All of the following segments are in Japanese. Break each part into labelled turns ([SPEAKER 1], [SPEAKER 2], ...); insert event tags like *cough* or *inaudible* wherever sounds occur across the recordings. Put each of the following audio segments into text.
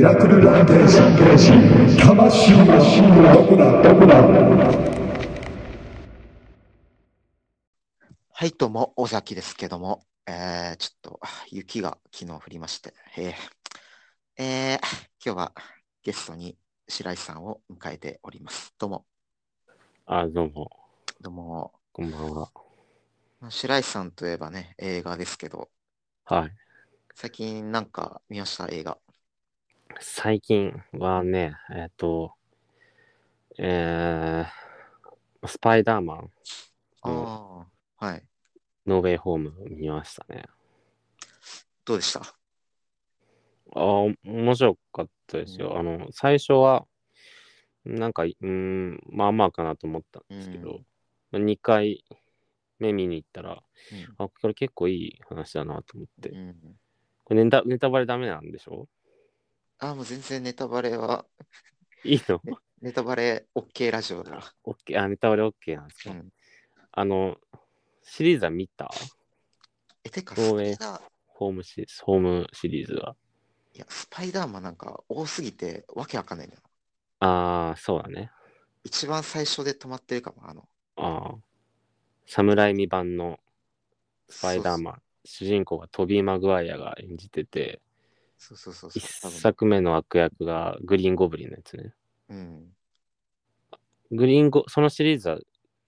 [SPEAKER 1] ラクルランテーションーシン魂はどこだどこだ
[SPEAKER 2] はい、どうも、尾崎ですけども、えー、ちょっと雪が昨日降りまして、えーえー今日はゲストに白石さんを迎えております。どうも、
[SPEAKER 3] あ、どうも、
[SPEAKER 2] どうも。
[SPEAKER 3] こんばんは。
[SPEAKER 2] 白石さんといえばね、映画ですけど、
[SPEAKER 3] はい。
[SPEAKER 2] 最近なんか見ました映画。
[SPEAKER 3] 最近はね、えっ、と、えー、スパイダーマン、うん
[SPEAKER 2] ああ、はい。
[SPEAKER 3] ノーウェイホーム見ましたね。
[SPEAKER 2] どうでした
[SPEAKER 3] あー、面白かったですよ。あの、最初は、なんか、うーん、まあまあかなと思ったんですけど、まあ2回目見に行ったら、あ、これ結構いい話だなと思って。
[SPEAKER 2] うんうん
[SPEAKER 3] これネタネタバレダメなんでしょ
[SPEAKER 2] ああ、もう全然ネタバレは、
[SPEAKER 3] いいの *laughs*
[SPEAKER 2] ネタバレ OK ラジオだ。
[SPEAKER 3] オッケーあ、ネタバレ OK なんです
[SPEAKER 2] う
[SPEAKER 3] か、
[SPEAKER 2] ん、
[SPEAKER 3] あの、シリーズは見た
[SPEAKER 2] え、てか、ス
[SPEAKER 3] そう
[SPEAKER 2] パ
[SPEAKER 3] ね
[SPEAKER 2] イダー、
[SPEAKER 3] ホームシリーズ、ホームシリーズは。
[SPEAKER 2] いや、スパイダーマンなんか多すぎてわけわかんないんだよ。
[SPEAKER 3] ああ、そうだね。
[SPEAKER 2] 一番最初で止まってるかも、あの、
[SPEAKER 3] ああ。サムライミ版のスパイダーマン。主人公がトビー・マグワイアが演じてて、
[SPEAKER 2] そうそうそうそう
[SPEAKER 3] 一
[SPEAKER 2] そう、多分
[SPEAKER 3] 作目の悪役がグリーン・ゴブリンのやつね。
[SPEAKER 2] うん。
[SPEAKER 3] グリーンゴ、そのシリーズは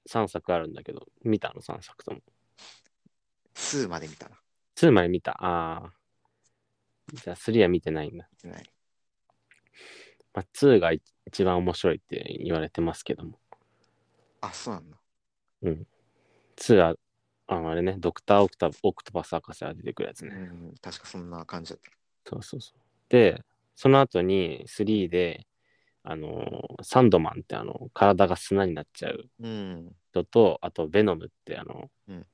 [SPEAKER 3] 3作あるんだけど、見たの3作とも。
[SPEAKER 2] 2まで見たな。
[SPEAKER 3] 2まで見た。ああ。じゃあ3は見てないんだ。
[SPEAKER 2] 見てない。
[SPEAKER 3] まあ、2がい一番面白いって言われてますけども。
[SPEAKER 2] あ、そうなんだ。
[SPEAKER 3] 2は、あのあれね、ドクター・オクタオクトパス博士が出てくるやつ
[SPEAKER 2] う
[SPEAKER 3] ね。
[SPEAKER 2] ん、確かそんな感じだった。
[SPEAKER 3] そうそうそう。で、その後に3で、あのーサンドマンってあの、体が砂になっちゃう
[SPEAKER 2] うん。
[SPEAKER 3] 人と、あと、ベノムってあの、
[SPEAKER 2] うん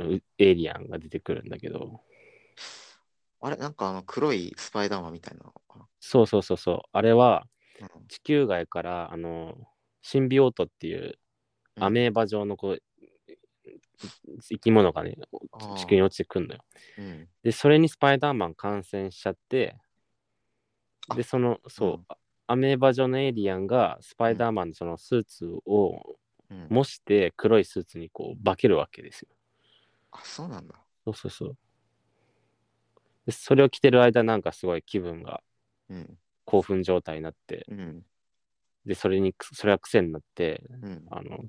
[SPEAKER 3] うエイリアンが出てくるんだけど、
[SPEAKER 2] あれ、なんかあの黒いスパイダーマンみたいなのかな。
[SPEAKER 3] そうそうそうそう、あれは
[SPEAKER 2] うん
[SPEAKER 3] 地球外から、あのーシンビオートっていう
[SPEAKER 2] うん
[SPEAKER 3] アメーバ状のこう、生き物がね、
[SPEAKER 2] ああ
[SPEAKER 3] 地球に落ちてくるのよ。
[SPEAKER 2] うん。
[SPEAKER 3] で、それにスパイダーマン感染しちゃって、
[SPEAKER 2] あ
[SPEAKER 3] で、その、そう、
[SPEAKER 2] うん
[SPEAKER 3] アメーバ状のエイリアンがスパイダーマンのそのスーツを
[SPEAKER 2] うん、
[SPEAKER 3] 模して黒いスーツにこう化けるわけですよ。
[SPEAKER 2] あ、そうなんだ。
[SPEAKER 3] そうそうそう。でそれを着てる間なんかすごい気分が
[SPEAKER 2] うん。
[SPEAKER 3] 興奮状態になって、
[SPEAKER 2] うん。
[SPEAKER 3] で、それに、それは癖になって、
[SPEAKER 2] うん。
[SPEAKER 3] あの、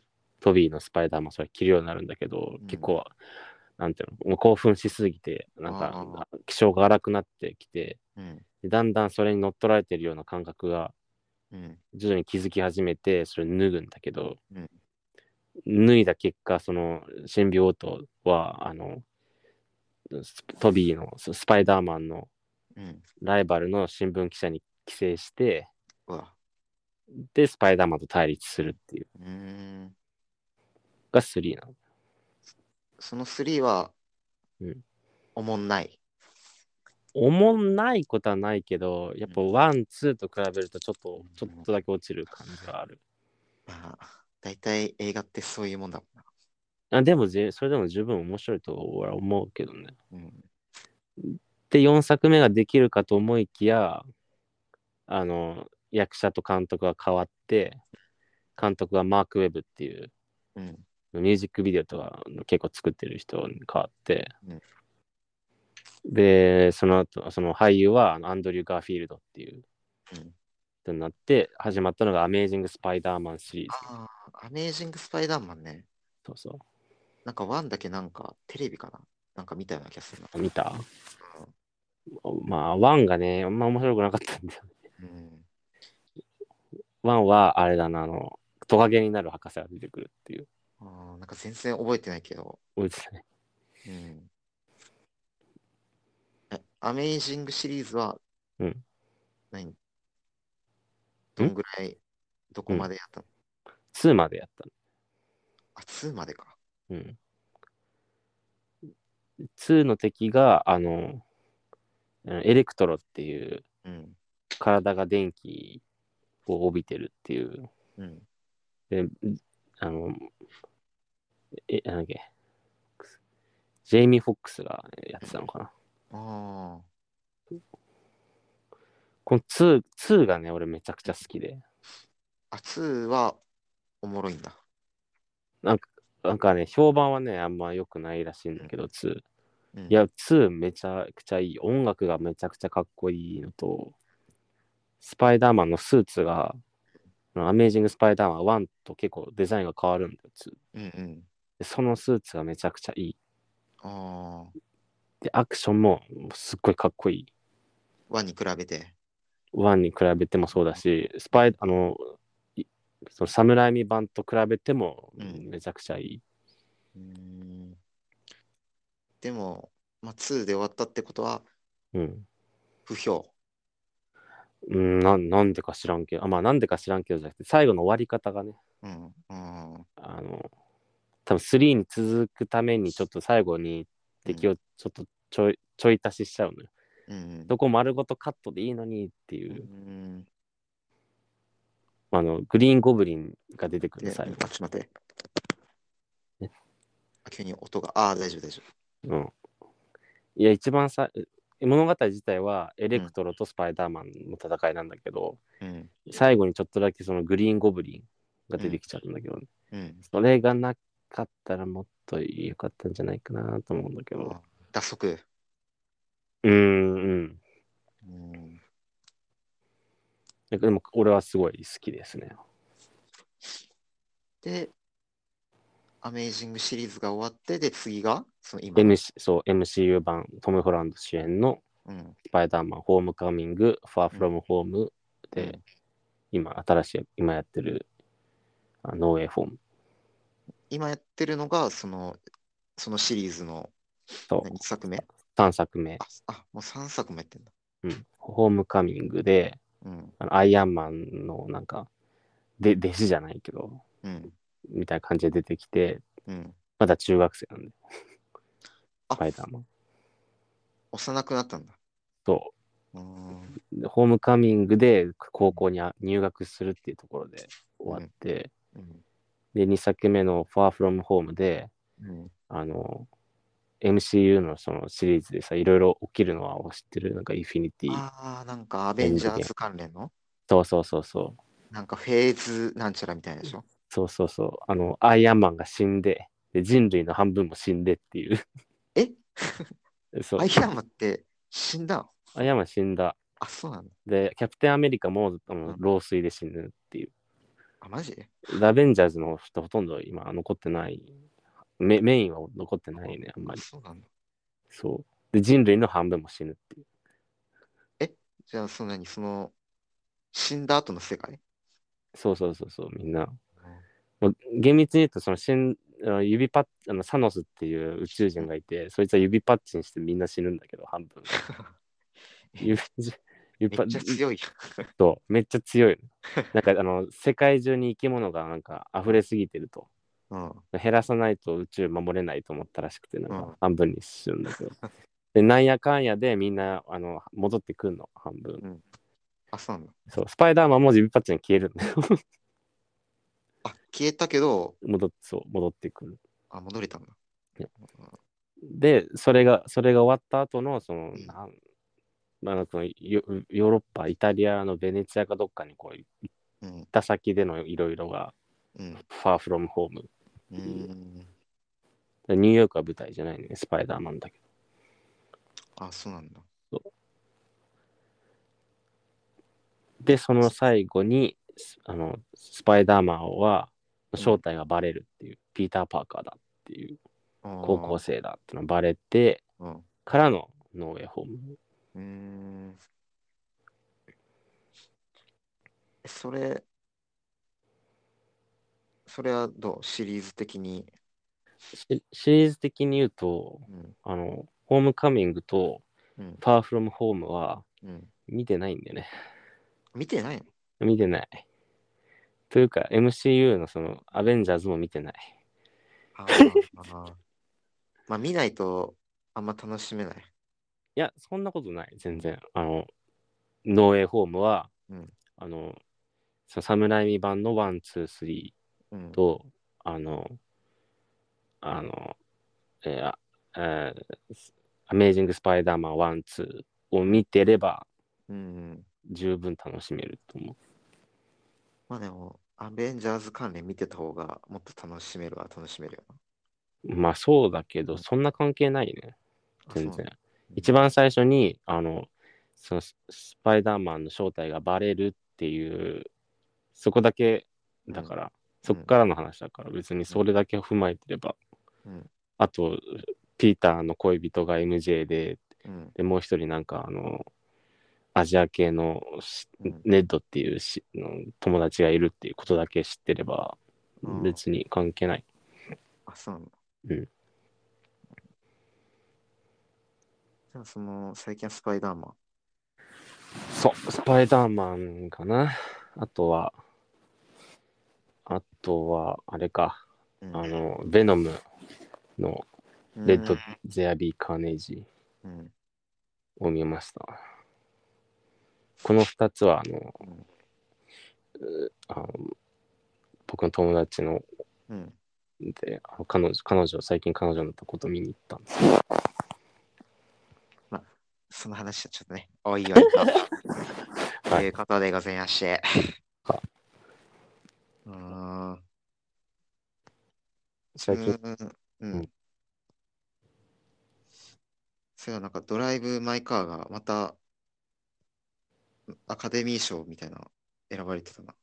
[SPEAKER 3] トビーのスパイダーマンそれ着るようになるんだけど、
[SPEAKER 2] うん
[SPEAKER 3] 結構、なんていうの、もう興奮しすぎて、なん
[SPEAKER 2] あ
[SPEAKER 3] か気性が荒くなってきて、
[SPEAKER 2] うん。
[SPEAKER 3] でだんだんそれに乗っ取られてるような感覚が
[SPEAKER 2] うん。
[SPEAKER 3] 徐々に気づき始めてそれ脱ぐんだけど、
[SPEAKER 2] うん
[SPEAKER 3] 脱いだ結果そのシンビオートはあのストビーのススパイダーマンの
[SPEAKER 2] うん。
[SPEAKER 3] ライバルの新聞記者に寄生して
[SPEAKER 2] うわ。
[SPEAKER 3] でスパイダーマンと対立するっていう
[SPEAKER 2] うーん。
[SPEAKER 3] が3なの
[SPEAKER 2] その3は、
[SPEAKER 3] うん
[SPEAKER 2] おもんない。
[SPEAKER 3] おもんないことはないけどやっぱ
[SPEAKER 2] うん
[SPEAKER 3] ワンツーと比べるとちょっとちょ
[SPEAKER 2] うん
[SPEAKER 3] っとだけ落ちる感じがある
[SPEAKER 2] まあ、大体映画ってそういうもんだも
[SPEAKER 3] あでもぜそれでも十分面白いと俺は思うけどね
[SPEAKER 2] んな。うん。
[SPEAKER 3] で4作目ができるかと思いきやあの役者と監督が変わって監督がマーク・ウェブっていう
[SPEAKER 2] うん。
[SPEAKER 3] ミュージックビデオとかの結構作ってる人に変わって、
[SPEAKER 2] うん
[SPEAKER 3] でその後その俳優はあのアンドリュー・ガーフィールドっていう
[SPEAKER 2] うん
[SPEAKER 3] 人になって始まったのが「アメージング・スパイダーマン」シリーズ
[SPEAKER 2] ああ、アメージング・スパイダーマンね。
[SPEAKER 3] そうそ
[SPEAKER 2] なんかワンだけなんかテレビかななんか見たような気がするな。
[SPEAKER 3] う見たまあ1がねあんま面白くなかったんだよ
[SPEAKER 2] うん。
[SPEAKER 3] 1はあれだなあのトカゲになる博士が出てくるっていう
[SPEAKER 2] あーなんか全然覚えてないけど。
[SPEAKER 3] おいつね
[SPEAKER 2] うん。え、アメイジングシリーズは、
[SPEAKER 3] うん。
[SPEAKER 2] 何どんぐらい、どこまでやったの、
[SPEAKER 3] 2までやった
[SPEAKER 2] あ、2までか。
[SPEAKER 3] の。うん。2の敵が、あの、うんエレクトロっていう
[SPEAKER 2] うん。
[SPEAKER 3] 体が電気を帯びてるっていう、
[SPEAKER 2] うん。
[SPEAKER 3] で、あの、え、なんだっけ、ジェイミー・フォックスがやってたのかな。
[SPEAKER 2] ああ。
[SPEAKER 3] この2、2がね、俺めちゃくちゃ好きで。
[SPEAKER 2] あ、2はおもろいんだ。
[SPEAKER 3] なんかね、評判はね、あんま良くないらしいんだけど、2。
[SPEAKER 2] うん、
[SPEAKER 3] いや、2めちゃくちゃいい。音楽がめちゃくちゃかっこいいのと、スパイダーマンのスーツが、アメージング・スパイダーマン1と結構デザインが変わるんだよ、2。
[SPEAKER 2] うんうん。
[SPEAKER 3] でそのスーツがめちゃくちゃいい。
[SPEAKER 2] ああ、
[SPEAKER 3] で、アクションもすっごいかっこいい。
[SPEAKER 2] 1に比べて。
[SPEAKER 3] 1に比べてもそうだし、スパイ、あの、いそのサムライミ版と比べても
[SPEAKER 2] うん
[SPEAKER 3] めちゃくちゃいい。
[SPEAKER 2] うーんでも、まあ、2で終わったってことは、
[SPEAKER 3] うん。
[SPEAKER 2] 不評。
[SPEAKER 3] うん、ななんでか知らんけど、あまあなんでか知らんけどじゃなくて、最後の終わり方がね、
[SPEAKER 2] うん。うん。
[SPEAKER 3] あの、多分3に続くためにちょっと最後に敵をちょっとちょい、ちょい足ししちゃうのよ。
[SPEAKER 2] うん。
[SPEAKER 3] どこ丸ごとカットでいいのにっていうう、
[SPEAKER 2] ん。
[SPEAKER 3] あの、グリーンゴブリンが出てくるの
[SPEAKER 2] で、あ、ち
[SPEAKER 3] 最
[SPEAKER 2] ょ
[SPEAKER 3] 後
[SPEAKER 2] っ。と待って
[SPEAKER 3] え。
[SPEAKER 2] あ急に音が、ああ、大丈夫、大丈
[SPEAKER 3] うん。いや、一番さ、物語自体はエレクトロとスパイダーマンの戦いなんだけど、
[SPEAKER 2] 夫。うん。
[SPEAKER 3] 最後にちょっとだけそのグリーンゴブリンが出てきちゃうんだけど、ね
[SPEAKER 2] うん。
[SPEAKER 3] それがなかったらもっと良かったんじゃないかなと思うんだけど
[SPEAKER 2] あ。脱足。
[SPEAKER 3] うーん、うん。
[SPEAKER 2] うん。
[SPEAKER 3] ででも俺はすごい好きですね。
[SPEAKER 2] で、アメージングシリーズが終わって、で、次が、その今。
[SPEAKER 3] MC そう、MCU 版、トム・ホランド主演の
[SPEAKER 2] うん。
[SPEAKER 3] スパイダーマン、ホームカミング、ファーフロムホームで、
[SPEAKER 2] うん
[SPEAKER 3] 今、新しい、今やってる、あノーウェイホーム。
[SPEAKER 2] 今やってるのが、その、そのシリーズの
[SPEAKER 3] そう、
[SPEAKER 2] 何作目
[SPEAKER 3] 3作目、
[SPEAKER 2] あ、あ、もう3作もやってんだ。
[SPEAKER 3] うん、ホームカミングで、
[SPEAKER 2] うん。
[SPEAKER 3] あのアイアンマンのなんか、で、弟子じゃないけど、
[SPEAKER 2] うん。
[SPEAKER 3] みたいな感じで出てきて、
[SPEAKER 2] うん。
[SPEAKER 3] まだ中学生なんで、
[SPEAKER 2] あ
[SPEAKER 3] スパイダーマン。
[SPEAKER 2] 幼くなったんだ。
[SPEAKER 3] そう
[SPEAKER 2] ーん。
[SPEAKER 3] う、でホームカミングで高校にあ入学するっていうところで終わって、
[SPEAKER 2] うん
[SPEAKER 3] で、2作目の Far From Home で、
[SPEAKER 2] うん
[SPEAKER 3] あの、MCU のそのシリーズでさ、いろいろ起きるのは知ってる、なんかインフィニティ。
[SPEAKER 2] ああ、なんかアベンジャーズ関連の
[SPEAKER 3] そうそうそうそう。
[SPEAKER 2] なんかフェーズなんちゃらみたいなでしょ
[SPEAKER 3] そうそうそう。あの、アイアンマンが死んで、で人類の半分も死んでっていう。
[SPEAKER 2] え
[SPEAKER 3] そう *laughs*
[SPEAKER 2] アイアンマンって死んだ
[SPEAKER 3] アイアンマン死んだ。
[SPEAKER 2] あ、そうなんだ。
[SPEAKER 3] で、キャプテンアメリカもあ
[SPEAKER 2] うん
[SPEAKER 3] の老衰で死ぬっていう。
[SPEAKER 2] あ、マジ
[SPEAKER 3] ラベンジャーズの人ほとんど今残ってない。メメインは残ってないね、あんま
[SPEAKER 2] あ、
[SPEAKER 3] り。
[SPEAKER 2] そうなんだ。
[SPEAKER 3] そう。で、人類の半分も死ぬっていう。
[SPEAKER 2] じゃあ、そんなにその、死んだ後の世界
[SPEAKER 3] そうそうそうそう、みんな。もう厳密に言うとその死んあの指パッあのサノスっていう宇宙人がいて、そいつは指パッチンしてみんな死ぬんだけど、半
[SPEAKER 2] *laughs*
[SPEAKER 3] 分。指指
[SPEAKER 2] め
[SPEAKER 3] パ
[SPEAKER 2] っ
[SPEAKER 3] ッ
[SPEAKER 2] ち
[SPEAKER 3] チ
[SPEAKER 2] ゃ
[SPEAKER 3] ン
[SPEAKER 2] 強いよ。
[SPEAKER 3] とめっちゃ強いの。なんかあの世界中に生き物がなんか溢れすぎてると。
[SPEAKER 2] うん。
[SPEAKER 3] 減らさないと宇宙守れないと思ったらしくて、なん
[SPEAKER 2] うん
[SPEAKER 3] か半分にするんだ
[SPEAKER 2] *laughs*
[SPEAKER 3] けど。で、なんやかんやでみんなあの戻ってくんの、半分。
[SPEAKER 2] あ、そうなんだ。
[SPEAKER 3] そう、スパイダーマンも指パッチン消えるんだよ。 *laughs*
[SPEAKER 2] あ、消えたけど、
[SPEAKER 3] 戻って、そう、戻ってくる。
[SPEAKER 2] あ、戻れたんだ。
[SPEAKER 3] で、それが、それが終わった後の、その、
[SPEAKER 2] うん
[SPEAKER 3] なん、まあ、なんかそのヨヨーロッパ、イタリアのベネチアかどっかにこう行っ
[SPEAKER 2] うん。
[SPEAKER 3] た先でのいろいろが、
[SPEAKER 2] うん。
[SPEAKER 3] ファーフロムホーム。
[SPEAKER 2] うーん。
[SPEAKER 3] でニューヨークは舞台じゃないね、スパイダーマンだけど。
[SPEAKER 2] あ、そうなんだ。
[SPEAKER 3] で、その最後に、スあの、スパイダーマンは、正体がバレるっていう、ピーター・パーカーだっていう、高校
[SPEAKER 2] 生。
[SPEAKER 3] 生だってのがバレて、
[SPEAKER 2] うん。
[SPEAKER 3] からのノーウェイホーム。
[SPEAKER 2] うーんそれ、それはどうシリーズ的に。
[SPEAKER 3] シシリーズ的に言うと、
[SPEAKER 2] うん。
[SPEAKER 3] あの、ホームカミングと、
[SPEAKER 2] うん。
[SPEAKER 3] パワーフロムホームは、
[SPEAKER 2] うん、
[SPEAKER 3] 見てないんだよね。
[SPEAKER 2] 見てないの
[SPEAKER 3] 見てない。というか、MCU のその、アベンジャーズも見てない。
[SPEAKER 2] あーあー *laughs* まあ見ないとあんま楽しめない。
[SPEAKER 3] いや、そんなことない、全然。あの、ノーエイホームは、
[SPEAKER 2] うん
[SPEAKER 3] あの、そのサムライミ版のワン、ツー、スリ
[SPEAKER 2] うん
[SPEAKER 3] ー。と、あの、あの、えーあえーアメージング・スパイダーマン1、2を見てれば、
[SPEAKER 2] うん。
[SPEAKER 3] 十分楽しめると思う。
[SPEAKER 2] まあでも、アベンジャーズ関連見てた方がもっと楽しめるは楽しめるよな。
[SPEAKER 3] まあそうだけど、そんな関係ないね。
[SPEAKER 2] あ
[SPEAKER 3] 全
[SPEAKER 2] そう
[SPEAKER 3] 然。一番最初に、あの、そのススパイダーマンの正体がバレるっていう、そこだけだから、そこからの話だから、別にそれだけ踏まえてれば、
[SPEAKER 2] うん
[SPEAKER 3] あと、ピーターの恋人が MJ で、
[SPEAKER 2] うん。
[SPEAKER 3] でもう一人なんかあの、アジア系のし
[SPEAKER 2] うん
[SPEAKER 3] ネッドっていうし、の友達がいるっていうことだけ知ってれば、
[SPEAKER 2] うん
[SPEAKER 3] 別に関係ない。
[SPEAKER 2] あ、そうなの。
[SPEAKER 3] うん
[SPEAKER 2] じゃあ、その、最近はスパイダーマン。
[SPEAKER 3] そう、スパイダーマンかな。あとは、あとは、あれか、
[SPEAKER 2] うん
[SPEAKER 3] あの、ベノムのレッド・ゼアビー・カーネージ
[SPEAKER 2] うんうん
[SPEAKER 3] を見ました。この2つは、あの、うあの僕の友達の
[SPEAKER 2] うん。
[SPEAKER 3] で、あの彼女、彼女、最近彼女のとこと見に行ったんです。
[SPEAKER 2] その話はちょっとね、お
[SPEAKER 3] *laughs*
[SPEAKER 2] いおいと。と
[SPEAKER 3] はい
[SPEAKER 2] いうことでございまして
[SPEAKER 3] は。
[SPEAKER 2] うーん。
[SPEAKER 3] 最
[SPEAKER 2] う
[SPEAKER 3] 近、
[SPEAKER 2] ーん。う
[SPEAKER 3] うんん。
[SPEAKER 2] そういえばなんかドライブ・マイ・カーがまたアカデミー賞みたいなの選ばれてたな。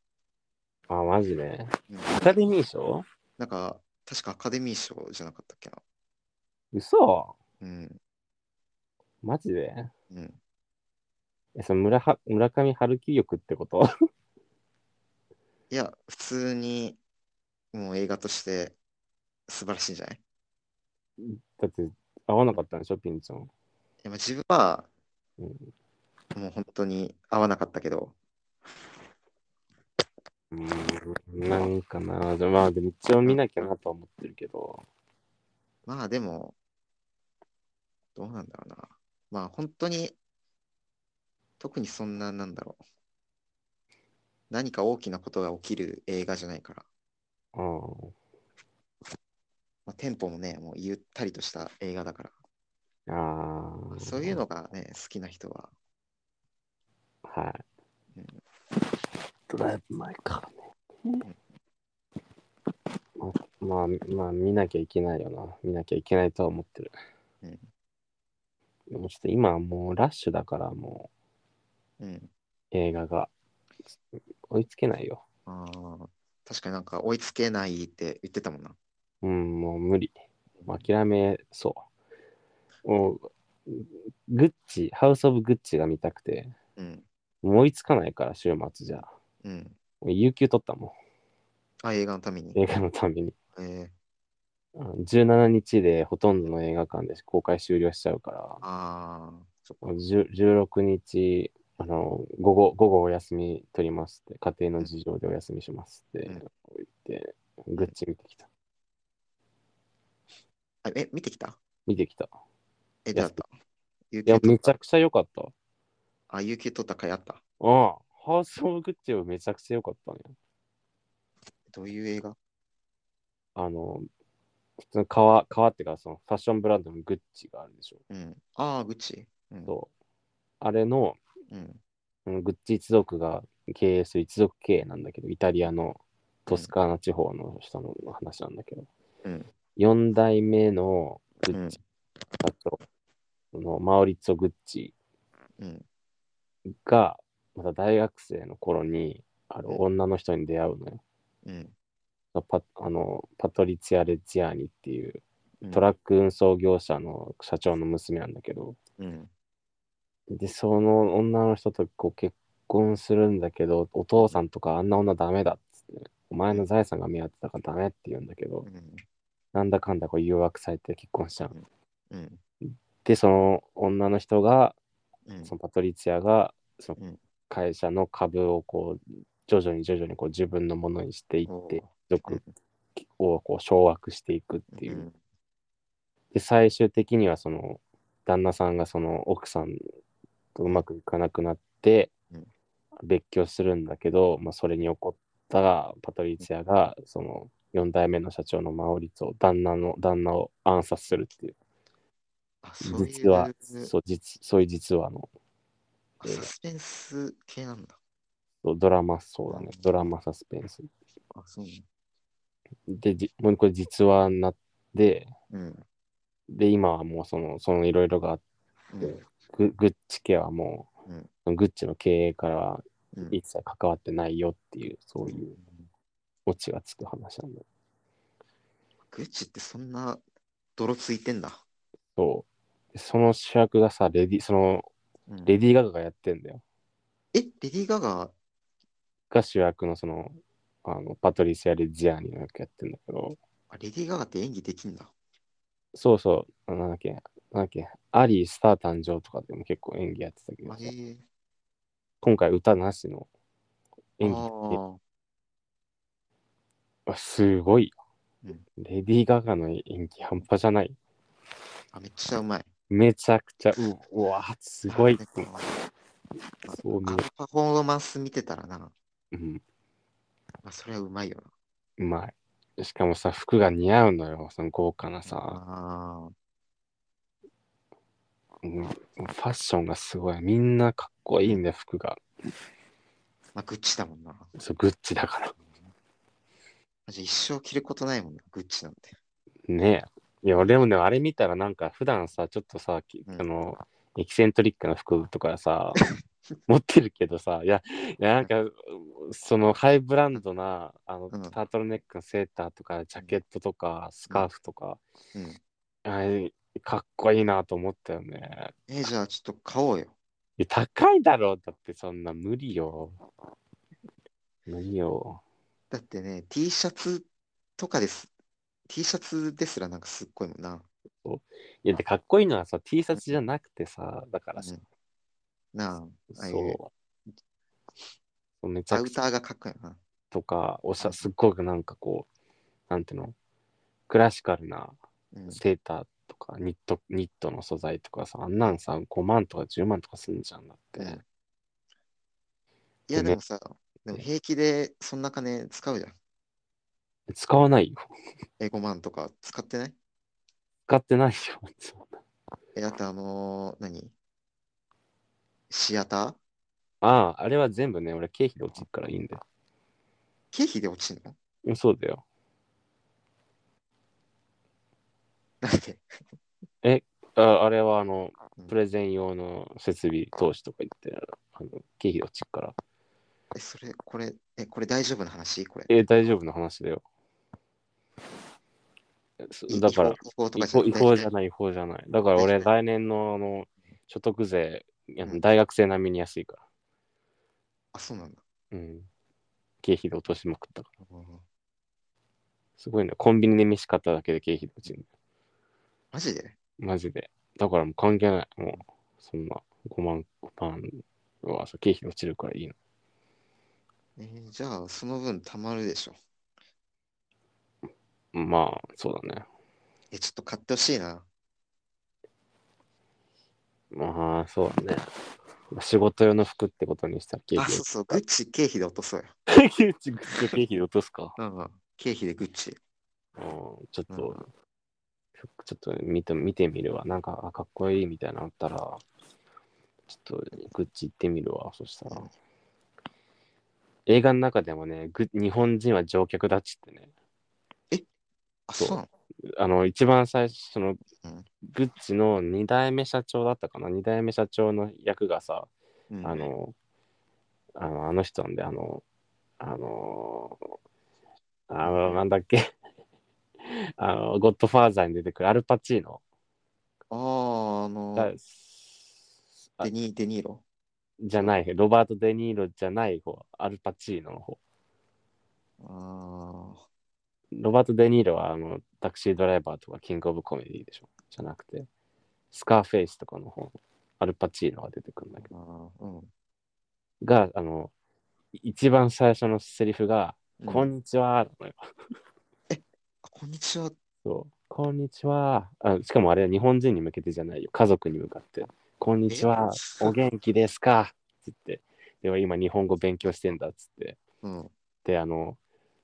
[SPEAKER 3] あ、マジで
[SPEAKER 2] うん
[SPEAKER 3] アカデミー賞
[SPEAKER 2] なんか、確かアカデミー賞じゃなかったっけな。
[SPEAKER 3] 嘘
[SPEAKER 2] うん。
[SPEAKER 3] マジで
[SPEAKER 2] うん。
[SPEAKER 3] え、その村は村上春樹力ってこと
[SPEAKER 2] いや、普通にもう映画として素晴らしいんじゃない
[SPEAKER 3] だって、合わなかったんでしょ、ピンちゃん。
[SPEAKER 2] いやまあ自分は
[SPEAKER 3] うん
[SPEAKER 2] もう本当に合わなかったけど、
[SPEAKER 3] うーん、なんかな。でまあ、でも一応見なきゃなとは思ってるけど。
[SPEAKER 2] まあでも、どうなんだろうな。まあ本当に、特にそんな、なんだろう。何か大きなことが起きる映画じゃないから、
[SPEAKER 3] うん。
[SPEAKER 2] まあ、テンポもね、もうゆったりとした映画だから、
[SPEAKER 3] ああ。
[SPEAKER 2] そういう。のがね、好きな人は、
[SPEAKER 3] は
[SPEAKER 2] う
[SPEAKER 3] い
[SPEAKER 2] ん。
[SPEAKER 3] ドライブ前からね。まあ、まあ、まあ、見なきゃいけないよな。見なきゃいけないとは思ってる。
[SPEAKER 2] うん
[SPEAKER 3] でもちょっと今はもうラッシュだから、も
[SPEAKER 2] うん。
[SPEAKER 3] う映画が追いつけないよ。
[SPEAKER 2] あー確かになんか追いつけないって言ってたもんな。
[SPEAKER 3] うん、もう無理。もう諦めそう。もう、グッチ、ハウス・オブ・グッチが見たくて、
[SPEAKER 2] うん。
[SPEAKER 3] もう追いつかないから、週末じゃ。
[SPEAKER 2] うん。
[SPEAKER 3] もう有給取ったも
[SPEAKER 2] あ、映画のために
[SPEAKER 3] ん、。映画のために。
[SPEAKER 2] えー、
[SPEAKER 3] あの17日でほとんどの映画館で公開終了しちゃうから、
[SPEAKER 2] ああ、そっか。
[SPEAKER 3] 10 16日、あの午後、午後お休み取りますって、家庭の事情でお休みしますって
[SPEAKER 2] うん
[SPEAKER 3] 言って、グッチ見てきた。
[SPEAKER 2] あえ、見てきた
[SPEAKER 3] 見てきた。い
[SPEAKER 2] え、
[SPEAKER 3] い
[SPEAKER 2] じゃ
[SPEAKER 3] や
[SPEAKER 2] あ、有給
[SPEAKER 3] や、
[SPEAKER 2] 取
[SPEAKER 3] め
[SPEAKER 2] っ
[SPEAKER 3] ちゃ
[SPEAKER 2] た。
[SPEAKER 3] くちゃ良かった。
[SPEAKER 2] あ、有給取った回あった。
[SPEAKER 3] うん。ハウス・オブ・グッチはめちゃくちゃ良かったね。
[SPEAKER 2] どういう映画
[SPEAKER 3] あの、普通の革、革っていうか、そのファッションブランドのグッチがあるでしょ。
[SPEAKER 2] うん。ああ、グッチ。うん。
[SPEAKER 3] そうあれの、
[SPEAKER 2] うん。
[SPEAKER 3] うんグッチ一族が経営する一族経営なんだけど、イタリアのトスカーナ地方の人の話なんだけど、
[SPEAKER 2] うん
[SPEAKER 3] 4代目のグ
[SPEAKER 2] うん
[SPEAKER 3] ッチ、あと、そのマオリッツォ・グッチ
[SPEAKER 2] うん。
[SPEAKER 3] が、また大学生の頃に、あ
[SPEAKER 2] うん
[SPEAKER 3] の女の人に出会うのよ。
[SPEAKER 2] うん。
[SPEAKER 3] パあのパトリツィア・レッジアーニっていう
[SPEAKER 2] うん
[SPEAKER 3] トラック運送業者の社長の娘なんだけど、
[SPEAKER 2] うん。
[SPEAKER 3] で、その女の人とこう結婚するんだけど、お父さんとかあんな女ダメだっつって、お前の財産が見合ってたからダメって言うんだけ
[SPEAKER 2] う
[SPEAKER 3] ど、
[SPEAKER 2] ん。
[SPEAKER 3] なんだかんだこう誘惑されて結婚しちゃう。
[SPEAKER 2] うん。
[SPEAKER 3] で、その女の人が、
[SPEAKER 2] うん。
[SPEAKER 3] そのパトリツィアが、そうの
[SPEAKER 2] ん
[SPEAKER 3] 会社の株をこう、徐々に徐々にこう自分のものにしていっ
[SPEAKER 2] お
[SPEAKER 3] て
[SPEAKER 2] ー、
[SPEAKER 3] 族をこう掌握していくっていうう。
[SPEAKER 2] ん。
[SPEAKER 3] で、最終的にはその、旦那さんがその奥さんとうまくいかなくなって
[SPEAKER 2] うん、
[SPEAKER 3] 別居するんだけど、まあ、それに怒ったパトリツィアが、その、4代目の社長のマオリツを旦那の、旦那を暗殺するっていう、
[SPEAKER 2] あ、そういう。
[SPEAKER 3] 実は、そう、実、そういう実話の
[SPEAKER 2] あサスペンス系なんだ。
[SPEAKER 3] そうドラマ、そうだね。ドラマサスペンス。
[SPEAKER 2] あ、そうね。
[SPEAKER 3] で、じもうこれ実話になって、
[SPEAKER 2] うん。
[SPEAKER 3] で、今はもうその、そのいろいろがあっ
[SPEAKER 2] うん。
[SPEAKER 3] ググッチ家はもう、
[SPEAKER 2] うん
[SPEAKER 3] そのグッチの経営からは
[SPEAKER 2] うん
[SPEAKER 3] 一切関わってないよっていう、そういうオチがつく話なんだよ。
[SPEAKER 2] グッチってそんな泥ついてんだ。
[SPEAKER 3] そう。でその主役がさ、レディ、その、
[SPEAKER 2] うん
[SPEAKER 3] レディー・ガガがやってんだよ。
[SPEAKER 2] え、レディー・ガガ、
[SPEAKER 3] が主役のその、あのパトリシア・レジアーニの役やってんだけど、
[SPEAKER 2] あレディー・ガガって演技できんだ。
[SPEAKER 3] そうそう、なんだっけ、なんだっけ、アリー・スター誕生とかでも結構演技やってたけど
[SPEAKER 2] あ
[SPEAKER 3] さ
[SPEAKER 2] れ、ー、
[SPEAKER 3] 今回歌なしの
[SPEAKER 2] あ
[SPEAKER 3] 演技
[SPEAKER 2] ー
[SPEAKER 3] って、すごいよ
[SPEAKER 2] うん。
[SPEAKER 3] レディー・ガガの演技半端じゃない。
[SPEAKER 2] あ、めっちゃうまい。
[SPEAKER 3] めちゃくちゃ、ううわ、すごいっ
[SPEAKER 2] あ
[SPEAKER 3] て。
[SPEAKER 2] なんか
[SPEAKER 3] そう
[SPEAKER 2] あの、
[SPEAKER 3] ね
[SPEAKER 2] パフォーマンス見てたらな、
[SPEAKER 3] うん、
[SPEAKER 2] あ、それはうまいよな。
[SPEAKER 3] うまい。しかもさ、服が似合うのよ、その豪華なさ、
[SPEAKER 2] あ
[SPEAKER 3] うんファッションがすごい。みんなかっこいいんだよ、服が。
[SPEAKER 2] ーまあ、グッチだもんな。
[SPEAKER 3] そうグッチだから。
[SPEAKER 2] じゃあ一生着ることないもんな、グッチなんて。
[SPEAKER 3] ねえ。いや、俺もね、あれ見たらなんか、普段さ、ちょっとさ、き
[SPEAKER 2] うん
[SPEAKER 3] あの、エキセントリックな服とかさ、 *laughs* 持ってるけどさ、いや、いやなんか、そのハイブランドな、あの、
[SPEAKER 2] うん
[SPEAKER 3] タートルネックのセーターとか、ジャケットとか、スカーフとか、
[SPEAKER 2] うん。
[SPEAKER 3] はいかっこいいなと思ったよね。
[SPEAKER 2] えじゃあちょっと買おうよ。
[SPEAKER 3] いや高いだろ、だってそんな無理よ。無理よ。
[SPEAKER 2] だってね、T シャツとかです。T シャツですらなんかすっごいもんな。
[SPEAKER 3] いや、で、かっこいいのはさ、T シャツじゃなくてさ、だからさ、
[SPEAKER 2] うん、なあ、ああい
[SPEAKER 3] そう。そうめち
[SPEAKER 2] ア
[SPEAKER 3] ゃ
[SPEAKER 2] ウ
[SPEAKER 3] くちゃ
[SPEAKER 2] ターがかっこいいよな。
[SPEAKER 3] とか、おしゃ、すっごくなんかこう、なんていうの、クラシカルな
[SPEAKER 2] うん、
[SPEAKER 3] セーターとか、ニット、ニットの素材とかさ、あんなんさ、5万とか10万とかすんじゃんだって。
[SPEAKER 2] うんいや、
[SPEAKER 3] ね
[SPEAKER 2] でもさ、でも平気でそんな金使うじゃん。
[SPEAKER 3] 使わないよ。
[SPEAKER 2] え、5万とか使ってない
[SPEAKER 3] 使ってないよ。 *laughs* そんな
[SPEAKER 2] え、だってあのー何シアター
[SPEAKER 3] ああ、あれは全部ね、俺経費で落ちるからいいんだよ。
[SPEAKER 2] 経費で落ちんの
[SPEAKER 3] うんそうだよ。
[SPEAKER 2] だって、
[SPEAKER 3] ああれはあの
[SPEAKER 2] うん、
[SPEAKER 3] プレゼン用の設備投資とか言って、あの経費で落ちるから。
[SPEAKER 2] え、それ、これ、え、これ大丈夫な話これ。
[SPEAKER 3] えー、大丈夫の話だよ。そ
[SPEAKER 2] い
[SPEAKER 3] だから
[SPEAKER 2] 違、法違法と
[SPEAKER 3] 違
[SPEAKER 2] かじゃ
[SPEAKER 3] 法
[SPEAKER 2] な
[SPEAKER 3] 違
[SPEAKER 2] くて
[SPEAKER 3] 法じゃない、違法じゃない。だから俺、
[SPEAKER 2] 大丈夫
[SPEAKER 3] 来年のあの所得税、あ
[SPEAKER 2] う
[SPEAKER 3] の
[SPEAKER 2] ん
[SPEAKER 3] 大学生並みに安いか
[SPEAKER 2] あ、そうなんだ。
[SPEAKER 3] ら。うん。経費で落としまくったから。
[SPEAKER 2] うん
[SPEAKER 3] すごいね。コンビニで飯買っただけで経費で落ちる。
[SPEAKER 2] マジで
[SPEAKER 3] マジで。だからもう関係ない。もう、そんな5万、5万はそう経費で落ちるからいいの。
[SPEAKER 2] えーじゃあ、その分貯まるでしょ。
[SPEAKER 3] まあ、そうだね。
[SPEAKER 2] え、ちょっと買ってほしいな。
[SPEAKER 3] まあ、そうだね。仕事用の服ってことにしたら経
[SPEAKER 2] あ、
[SPEAKER 3] 費
[SPEAKER 2] そうそう、グッチ経費で落とそうよ。
[SPEAKER 3] で経費で経費で落とすか。
[SPEAKER 2] うんうん、経費でグッチ。
[SPEAKER 3] うんちょっと、
[SPEAKER 2] うん
[SPEAKER 3] 服ちょっと見て見てみるわ。なんか、あかっこいいみたいなのあったら、ちょっとグッチ行ってみるわ。そしたら
[SPEAKER 2] うん。
[SPEAKER 3] 映画の中でもね、グ日本人は乗客だっちってね、
[SPEAKER 2] あ、
[SPEAKER 3] そう
[SPEAKER 2] そうなの
[SPEAKER 3] あの、一番最初、その
[SPEAKER 2] うん、
[SPEAKER 3] グッチの2代目社長だったかな、2代目社長の役がさ、
[SPEAKER 2] うん
[SPEAKER 3] あの、あのあの人なんで、あの、あの、あの、なんだっけ、 *laughs* あの、ゴッドファーザーに出てくるアルパチーノ
[SPEAKER 2] あー、あの
[SPEAKER 3] が、あ
[SPEAKER 2] デニデニーロ。
[SPEAKER 3] じゃない、ロバート・デ・ニーロじゃない方、アルパチーノの方。
[SPEAKER 2] あー
[SPEAKER 3] ロバート・デ・ニーロはあのタクシードライバーとかキング・オブ・コメディでしょ。じゃなくて、スカーフェイスとかの方、アルパチーノが出てくるんだけど、
[SPEAKER 2] あー、うん。
[SPEAKER 3] が、あの、一番最初のセリフが、
[SPEAKER 2] うん
[SPEAKER 3] こんにちは、なのよ
[SPEAKER 2] あこんにちは。
[SPEAKER 3] そう。こんにちはあ。しかもあれは日本人に向けてじゃないよ。家族に向かって。こんにちは。
[SPEAKER 2] え
[SPEAKER 3] お元気ですかつって。では今日本語勉強してんだっつって。
[SPEAKER 2] うん。
[SPEAKER 3] で、あの、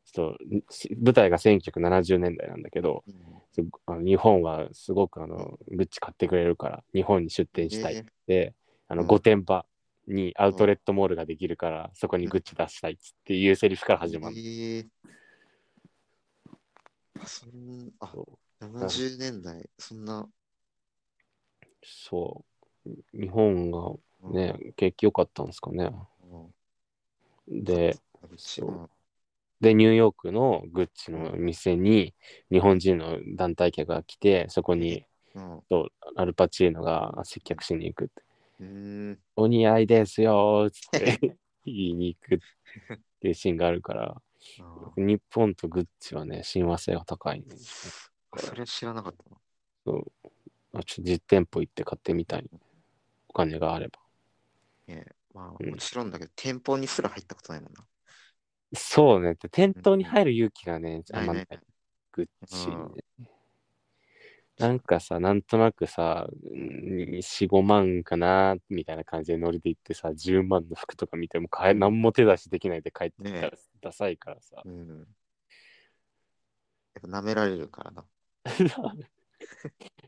[SPEAKER 3] ちょっとし舞台が1970年代なんだけど、
[SPEAKER 2] うん
[SPEAKER 3] すあの日本はすごくあのグッチ買ってくれるから、日本に出店したいって、あの
[SPEAKER 2] うん
[SPEAKER 3] 御殿場、にアウトレットモールができるから、そこにグッズ出したいっつっていうセリフから始まる。
[SPEAKER 2] ええあそんあ
[SPEAKER 3] そう
[SPEAKER 2] 70年代、そんな、
[SPEAKER 3] そう。日本が
[SPEAKER 2] うん
[SPEAKER 3] ね、景気良かったんですかね。
[SPEAKER 2] うん
[SPEAKER 3] で、
[SPEAKER 2] あうち
[SPEAKER 3] そう
[SPEAKER 2] うん
[SPEAKER 3] で、ニューヨークのグッチの店に日本人の団体客が来て、そこに
[SPEAKER 2] うんう
[SPEAKER 3] アルパチーノが接客しに行くって。
[SPEAKER 2] ーん
[SPEAKER 3] お似合いですよーっつって言いに行くっていうシーンがあるから、
[SPEAKER 2] あ
[SPEAKER 3] 日本とグッチはね、親和性が高いんで、
[SPEAKER 2] ーそれは知らなかったな。
[SPEAKER 3] あちょっと実店舗行って買ってみたい。お金があれば。
[SPEAKER 2] ええまあ、
[SPEAKER 3] うん
[SPEAKER 2] もちろんだけど、店舗にすら入ったことないもんな。
[SPEAKER 3] そうね。で店頭に入る勇気がね、あん
[SPEAKER 2] な
[SPEAKER 3] まないい
[SPEAKER 2] ね。。
[SPEAKER 3] グッチ
[SPEAKER 2] う。
[SPEAKER 3] なんかさ、なんとなくさ、4、5万かな、みたいな感じでノリで行ってさ、10万の服とか見ても買え、なんも手出しできないで帰ってきた
[SPEAKER 2] ね
[SPEAKER 3] らダサいから *laughs* さ。
[SPEAKER 2] うん。やっぱ舐められるからな。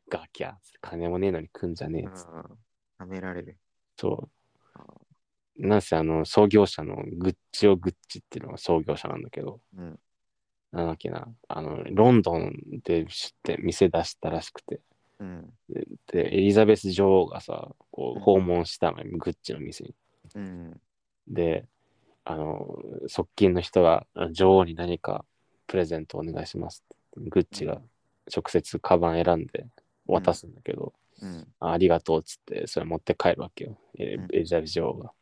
[SPEAKER 3] ガキャー金もねえのに来んじゃねえっつって
[SPEAKER 2] うん。舐められる。
[SPEAKER 3] そう。なんせあの、創業者のグッチをグッチっていうのが創業者なんだけど、
[SPEAKER 2] うん。
[SPEAKER 3] なんだっけな、あの、ロンドンで知って店出したらしくて、
[SPEAKER 2] うん。
[SPEAKER 3] で、エリザベス女王がさ、こ
[SPEAKER 2] う
[SPEAKER 3] うん訪問したのよ、グッチの店に。
[SPEAKER 2] うん。
[SPEAKER 3] で、あの、側近の人があ女王に何かプレゼントお願いしますって。グッチが直接カバン選んで渡すんだけど、
[SPEAKER 2] うん。
[SPEAKER 3] あありがとうっつって、それ持って帰るわけよ、え
[SPEAKER 2] うん
[SPEAKER 3] エリザベス女王
[SPEAKER 2] う
[SPEAKER 3] が。
[SPEAKER 2] ん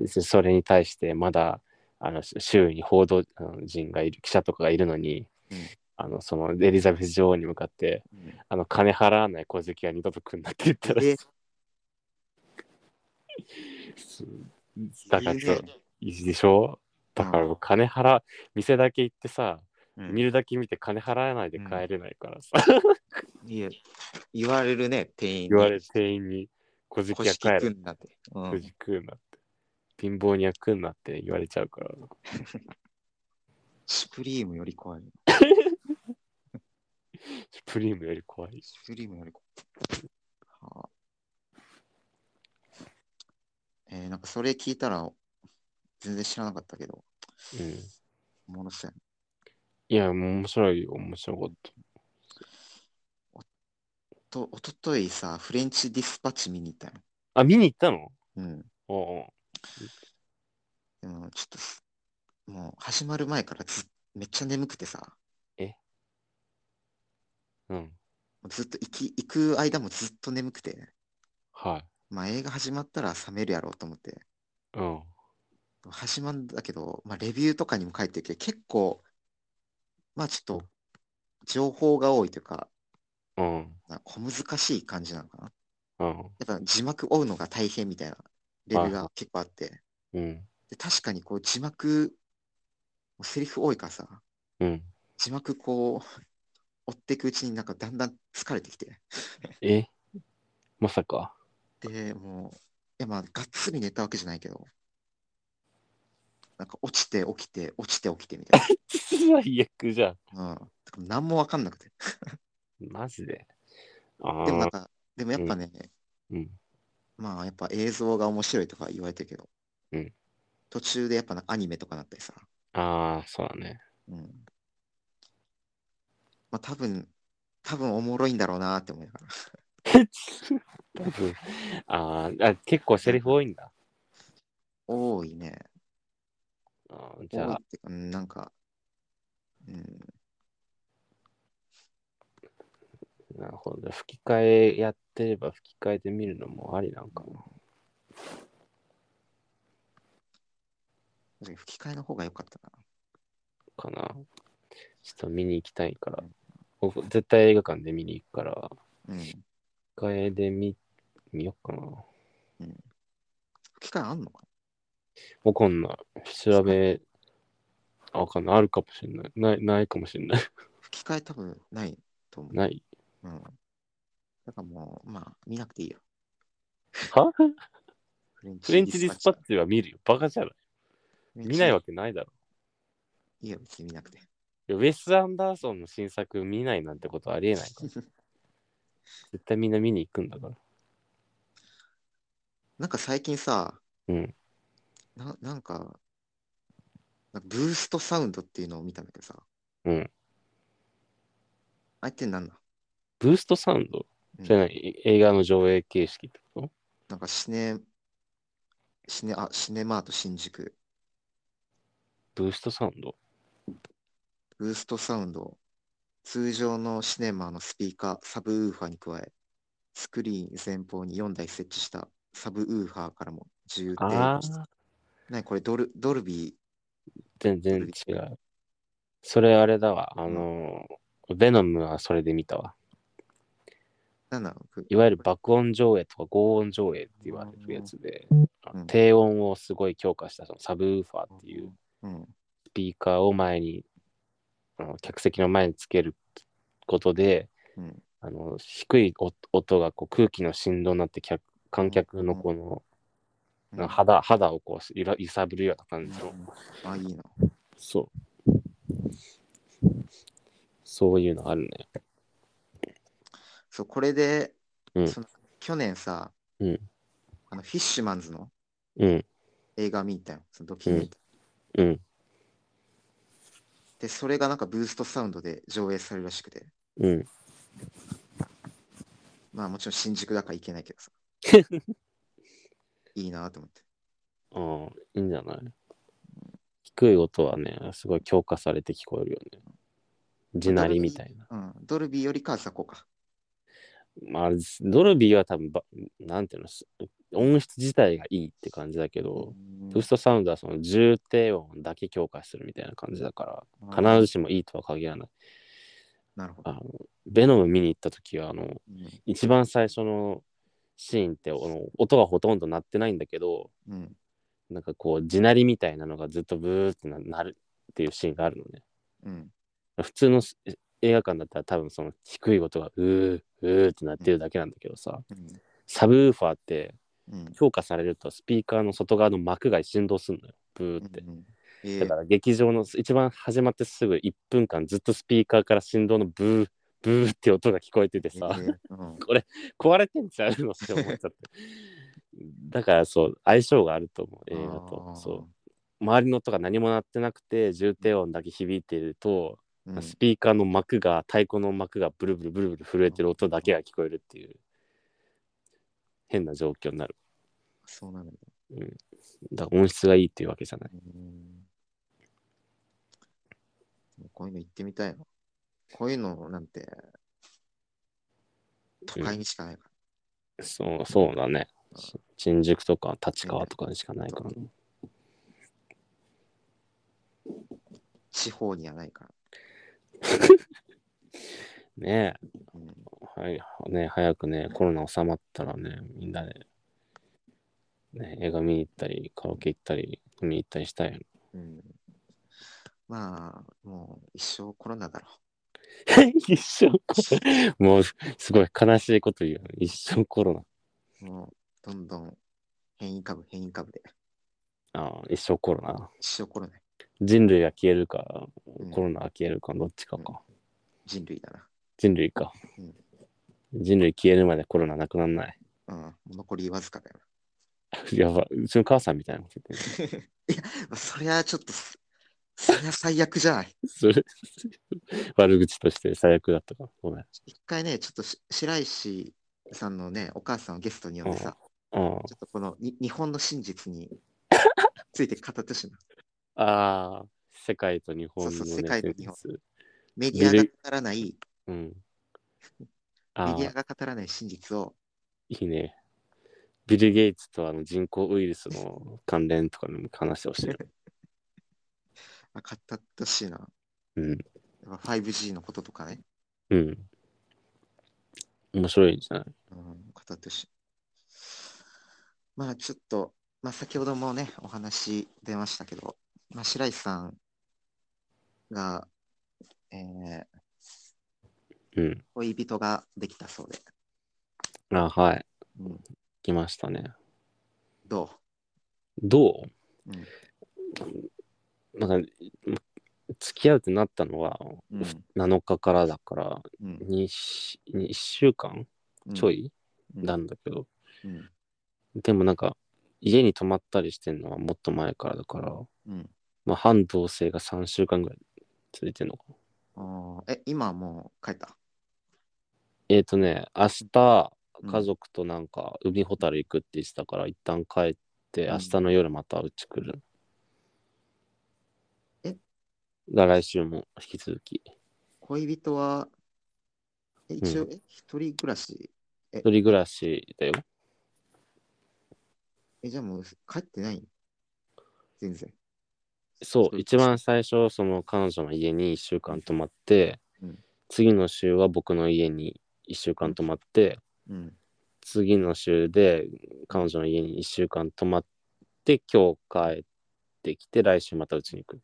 [SPEAKER 3] でそれに対してまだあのし周囲に報道あの人がいる記者とかがいるのに、
[SPEAKER 2] うん
[SPEAKER 3] あのそのエリザベス女王に向かって
[SPEAKER 2] うん
[SPEAKER 3] あの金払わない小好きは二度と来んなって言ったら
[SPEAKER 2] え
[SPEAKER 3] すだからそう
[SPEAKER 2] いいね
[SPEAKER 3] いいでしょだからもう金払店だけ行ってさ、
[SPEAKER 2] うん
[SPEAKER 3] 見るだけ見て金払わないで帰れないからさ、
[SPEAKER 2] いや言われるね、店員に。
[SPEAKER 3] 言われて店員に小好き
[SPEAKER 2] 腰
[SPEAKER 3] は帰
[SPEAKER 2] 聞く
[SPEAKER 3] る
[SPEAKER 2] んだって。うん
[SPEAKER 3] 小好き食うなって貧乏には食うなって言われちゃうから
[SPEAKER 2] スプリームより怖い。
[SPEAKER 3] スプリームより怖い
[SPEAKER 2] スプリームより怖い。はあ、えーなんかそれ聞いたら全然知らなかったけど、
[SPEAKER 3] うん
[SPEAKER 2] おもろそうやない
[SPEAKER 3] や、もう面白いよ、面白かった。
[SPEAKER 2] と、おとといさ、フレンチディスパッチ見に行ったの。
[SPEAKER 3] あ、見に行ったの
[SPEAKER 2] うん。
[SPEAKER 3] おう
[SPEAKER 2] でもちょっとす、もう始まる前からずめっちゃ眠くてさ、
[SPEAKER 3] おううん。
[SPEAKER 2] ずっと行き行く間もずっと眠くて、
[SPEAKER 3] はい。
[SPEAKER 2] まあ映画始まったら冷めるやろうと思って、
[SPEAKER 3] うん。
[SPEAKER 2] 始まるんだけど、まあ、レビューとかにも書いてるけど、結構、まあちょっと、情報が多いというか、
[SPEAKER 3] うん。
[SPEAKER 2] なんか小難しい感じなのかな。
[SPEAKER 3] うん。
[SPEAKER 2] やっぱ字幕追うのが大変みたいなレビューが結構あって、
[SPEAKER 3] うん。
[SPEAKER 2] で確かにこう字幕、セリフ多いからさ、
[SPEAKER 3] うん。
[SPEAKER 2] 字幕こう、追っていくうちになんかだんだん疲れてきて、
[SPEAKER 3] えまさか。
[SPEAKER 2] で、もう、いやまあ、がっつり寝たわけじゃないけど、なんか落ちて起きて、落ちて起きてみた *laughs* い
[SPEAKER 3] 最悪じゃん。
[SPEAKER 2] な。うん。何もわかんなくて。
[SPEAKER 3] マジで。あ
[SPEAKER 2] でもなん
[SPEAKER 3] あ。
[SPEAKER 2] か、でもやっぱね、
[SPEAKER 3] うん。
[SPEAKER 2] まあやっぱ映像が面白いとか言われてるけど、
[SPEAKER 3] うん
[SPEAKER 2] 途中でやっぱなんかアニメとかなったりさ、
[SPEAKER 3] ああ、そうだ *laughs* ね。
[SPEAKER 2] うん。まあ多分、多分おもろいんだろうなって思いながら。
[SPEAKER 3] 多分あーあ、結構セリフ多いんだ。
[SPEAKER 2] 多いね。
[SPEAKER 3] あーじ
[SPEAKER 2] 多い
[SPEAKER 3] ゃ
[SPEAKER 2] っ
[SPEAKER 3] あ、
[SPEAKER 2] ていうか、うんなんか、うん、
[SPEAKER 3] なるほど。吹き替えやってれば吹き替えで見るのもありなんかな。
[SPEAKER 2] 吹き替えの方が良かったな。
[SPEAKER 3] かな。ちょっと見に行きたいから。僕、絶対映画館で見に行くから。
[SPEAKER 2] うん。
[SPEAKER 3] 替えで見見よっかな。
[SPEAKER 2] 吹き替えあんのか
[SPEAKER 3] わかんない。調べ、あわかんない。あるかもしれない。ないないかもしれない。 *laughs*
[SPEAKER 2] 吹き替え多分ないと思う。
[SPEAKER 3] ない。
[SPEAKER 2] うん。だからもう、まあ見なくていいよ。
[SPEAKER 3] は
[SPEAKER 2] フレン
[SPEAKER 3] フレンチディスパッチは見るよ。バカじゃない。見ないわ
[SPEAKER 2] け。
[SPEAKER 3] けないだろ。
[SPEAKER 2] いいよ、別に見なくて。
[SPEAKER 3] いやウェス・アンダーソンの新作見ないなんてことありえな
[SPEAKER 2] *laughs*
[SPEAKER 3] いから。絶対みんな見に行くんだから。
[SPEAKER 2] なんか最近さ、
[SPEAKER 3] うん。
[SPEAKER 2] ななんか、なんかブーストサウンドっていうのを見たんだけどさ。
[SPEAKER 3] うん。
[SPEAKER 2] あれってなんだ、
[SPEAKER 3] ブーストサウンド
[SPEAKER 2] うん
[SPEAKER 3] それ何映画の上映形式ってこと
[SPEAKER 2] なんかシネ、シネ、あ、シネマート新宿、
[SPEAKER 3] ブーストサウンド
[SPEAKER 2] ブーストサウンドを、通常のシネマのスピーカー、サブウーファーに加え、スクリーン前方に4台設置したサブウーファーからも自由
[SPEAKER 3] あ
[SPEAKER 2] で、
[SPEAKER 3] あ、
[SPEAKER 2] なにこれドル、ドルビー、
[SPEAKER 3] 全然違う。それあれだわ。あの、ベノムはそれで見たわ。
[SPEAKER 2] なんなのく
[SPEAKER 3] いわゆる爆音上映とか合音上映って言われるやつで、
[SPEAKER 2] うん
[SPEAKER 3] 低音をすごい強化したそのサブウーファーっていう
[SPEAKER 2] うん。
[SPEAKER 3] スピーカーを前に、あの客席の前につけることで、
[SPEAKER 2] うん
[SPEAKER 3] あの低い音音がこう空気の振動になって客観客のこの、
[SPEAKER 2] うん
[SPEAKER 3] なんか肌肌をこう揺ら揺さぶるような感じの、
[SPEAKER 2] あ、いいな。
[SPEAKER 3] そうそういうのあるね
[SPEAKER 2] そう、これで、
[SPEAKER 3] うん
[SPEAKER 2] その去年さ、
[SPEAKER 3] うん
[SPEAKER 2] あのフィッシュマンズの
[SPEAKER 3] うん
[SPEAKER 2] 映画見たよ、そのドキュメント。
[SPEAKER 3] うん
[SPEAKER 2] で、それがなんかブーストサウンドで上映されるらしくて、
[SPEAKER 3] うん
[SPEAKER 2] まあもちろん新宿だから行けないけど
[SPEAKER 3] *laughs*
[SPEAKER 2] さ。いいなと思って。
[SPEAKER 3] ああいいんじゃない低い音はねすごい強化されて聞こえるよね地鳴りみたいな
[SPEAKER 2] うん、ドルビーよりかはさ、こうか。
[SPEAKER 3] まあドルビーは多分ばなんていうのす音質自体がいいって感じだけど、
[SPEAKER 2] うん
[SPEAKER 3] ブーストサウンドはその重低音だけ強化するみたいな感じだか
[SPEAKER 2] うん
[SPEAKER 3] ら必ずしもいいとは限らない
[SPEAKER 2] なるほど。
[SPEAKER 3] あのベノム見に行った時はあの
[SPEAKER 2] うん
[SPEAKER 3] 一番最初のシーンってあの音がほとんど鳴ってないんだけど
[SPEAKER 2] うん。
[SPEAKER 3] なんかこう地鳴りみたいなのがずっとブーってな鳴るっていうシーンがあるのね
[SPEAKER 2] うん。
[SPEAKER 3] 普通のし映画館だったら多分その低い音がうーうーって鳴ってるだけなんだけどさ
[SPEAKER 2] うん。
[SPEAKER 3] サブウーファーって
[SPEAKER 2] うん。
[SPEAKER 3] 強化されるとスピーカーの外側の膜が振動するのよブーって
[SPEAKER 2] うんえ
[SPEAKER 3] だ
[SPEAKER 2] ー
[SPEAKER 3] から劇場の一番始まってすぐ1分間ずっとスピーカーから振動のブーブーって音が聞こえててさ、
[SPEAKER 2] えーうん
[SPEAKER 3] 壊れてんちゃうのって思っちゃってだからそう相性があると思 *laughs* う映画
[SPEAKER 2] あー
[SPEAKER 3] とそう周りの音が何も鳴ってなくて重低音だけ響いている
[SPEAKER 2] うん。
[SPEAKER 3] と、スピーカーの膜が太鼓の膜がブルブルブルブル震えてる音だけが聞こえるっていう変な状況になる
[SPEAKER 2] そうなんだ。
[SPEAKER 3] だから音質がいいっていうわけじゃない
[SPEAKER 2] うんでもこういうの行ってみたいな。こういうのなんて、都会にしかないか
[SPEAKER 3] そうそうだね新宿とか立川とかにしかないからね
[SPEAKER 2] ら、地方にはないから。
[SPEAKER 3] ねえ
[SPEAKER 2] うん
[SPEAKER 3] はい、ね、早くね、コロナ収まったらね、みんなで、ね、映画見に行ったり、カラオケ行ったり、見に行ったりしたいよね。 *laughs*
[SPEAKER 2] うん、まあ、もう一生コロナだろ
[SPEAKER 3] 一生
[SPEAKER 2] *laughs*
[SPEAKER 3] コロナ。もう、すごい悲しいこと言うよ。一生コロ
[SPEAKER 2] う。もうどんどん変異株、変異株で。
[SPEAKER 3] ナ。ああ、一生コロナ。
[SPEAKER 2] 一生コロナ。
[SPEAKER 3] 人類が消えるか、
[SPEAKER 2] うん
[SPEAKER 3] コロナが消えるか、どっちかか。
[SPEAKER 2] 人類だな。
[SPEAKER 3] 人類か
[SPEAKER 2] う。
[SPEAKER 3] 人類消えるまでコロナなくならない。 *laughs*
[SPEAKER 2] うん、もう残りわずかだよ
[SPEAKER 3] やば、うちの *laughs* 母さんみたいなこと言ってる。
[SPEAKER 2] な。そりゃちょっとす、そりゃ最悪じゃない。
[SPEAKER 3] それ、 *laughs* 悪口として最悪だったから。ごめん。
[SPEAKER 2] 一回ね、ちょっとし白石さんのね、お母さんをゲストに呼んでさ、
[SPEAKER 3] う
[SPEAKER 2] ち
[SPEAKER 3] ん。
[SPEAKER 2] ょっとこのに日本の真実
[SPEAKER 3] *laughs*
[SPEAKER 2] について語ってほしいな。
[SPEAKER 3] ああ、世界と日本の、ね、
[SPEAKER 2] そうそう世界と日本
[SPEAKER 3] 現実
[SPEAKER 2] メディアが語らない、メ
[SPEAKER 3] うん。
[SPEAKER 2] デ
[SPEAKER 3] ああ、
[SPEAKER 2] ィアが語らない真実を、
[SPEAKER 3] いいね。ビル・ゲイツとあの人工ウイルスの関連とかの話を
[SPEAKER 2] *laughs*
[SPEAKER 3] してる。
[SPEAKER 2] まあ、語ってほしいな。
[SPEAKER 3] うん。
[SPEAKER 2] やっぱ 5G のこととかね、
[SPEAKER 3] うん。面白いんじゃない
[SPEAKER 2] うん、語ってほしい。まあちょっと、まあ先ほどもね、お話出ましたけど、まあ白石さんが、えー
[SPEAKER 3] うん。
[SPEAKER 2] 恋人ができたそうで、
[SPEAKER 3] あはい。
[SPEAKER 2] うん、
[SPEAKER 3] 来ましたね。
[SPEAKER 2] ど
[SPEAKER 3] ど
[SPEAKER 2] う、うん
[SPEAKER 3] うなんか、付き合うってなったのは
[SPEAKER 2] うん
[SPEAKER 3] 7日からだから
[SPEAKER 2] うん
[SPEAKER 3] 2、1週間
[SPEAKER 2] うん
[SPEAKER 3] ちょい
[SPEAKER 2] うん
[SPEAKER 3] なんだけど、
[SPEAKER 2] うん
[SPEAKER 3] でもなんか、家に泊まったりしてるのはもっと前からだから、
[SPEAKER 2] うん。
[SPEAKER 3] まあ、半同棲が3週間ぐらい続いてるのかな。
[SPEAKER 2] あーえ、今はもう帰った。
[SPEAKER 3] えっ、とね、明日、
[SPEAKER 2] うん
[SPEAKER 3] 家族となんか、海ほたる行くって言ってたから、一旦帰って、
[SPEAKER 2] うん
[SPEAKER 3] 明日の夜またうち来る。
[SPEAKER 2] え
[SPEAKER 3] が来週も引き続き。
[SPEAKER 2] 恋人は、え、一応、え、一人暮らし。
[SPEAKER 3] 一人暮らしだよ。
[SPEAKER 2] え、じゃあもう帰ってない全然。
[SPEAKER 3] そ、
[SPEAKER 2] そうう
[SPEAKER 3] 一番最初、その彼女の家に1週間泊まって、
[SPEAKER 2] うん
[SPEAKER 3] 次の週は僕の家に1週間泊まって、
[SPEAKER 2] うん。
[SPEAKER 3] 次の週で彼女の家に1週間泊まって、今日帰ってきて、来週またうちに行く。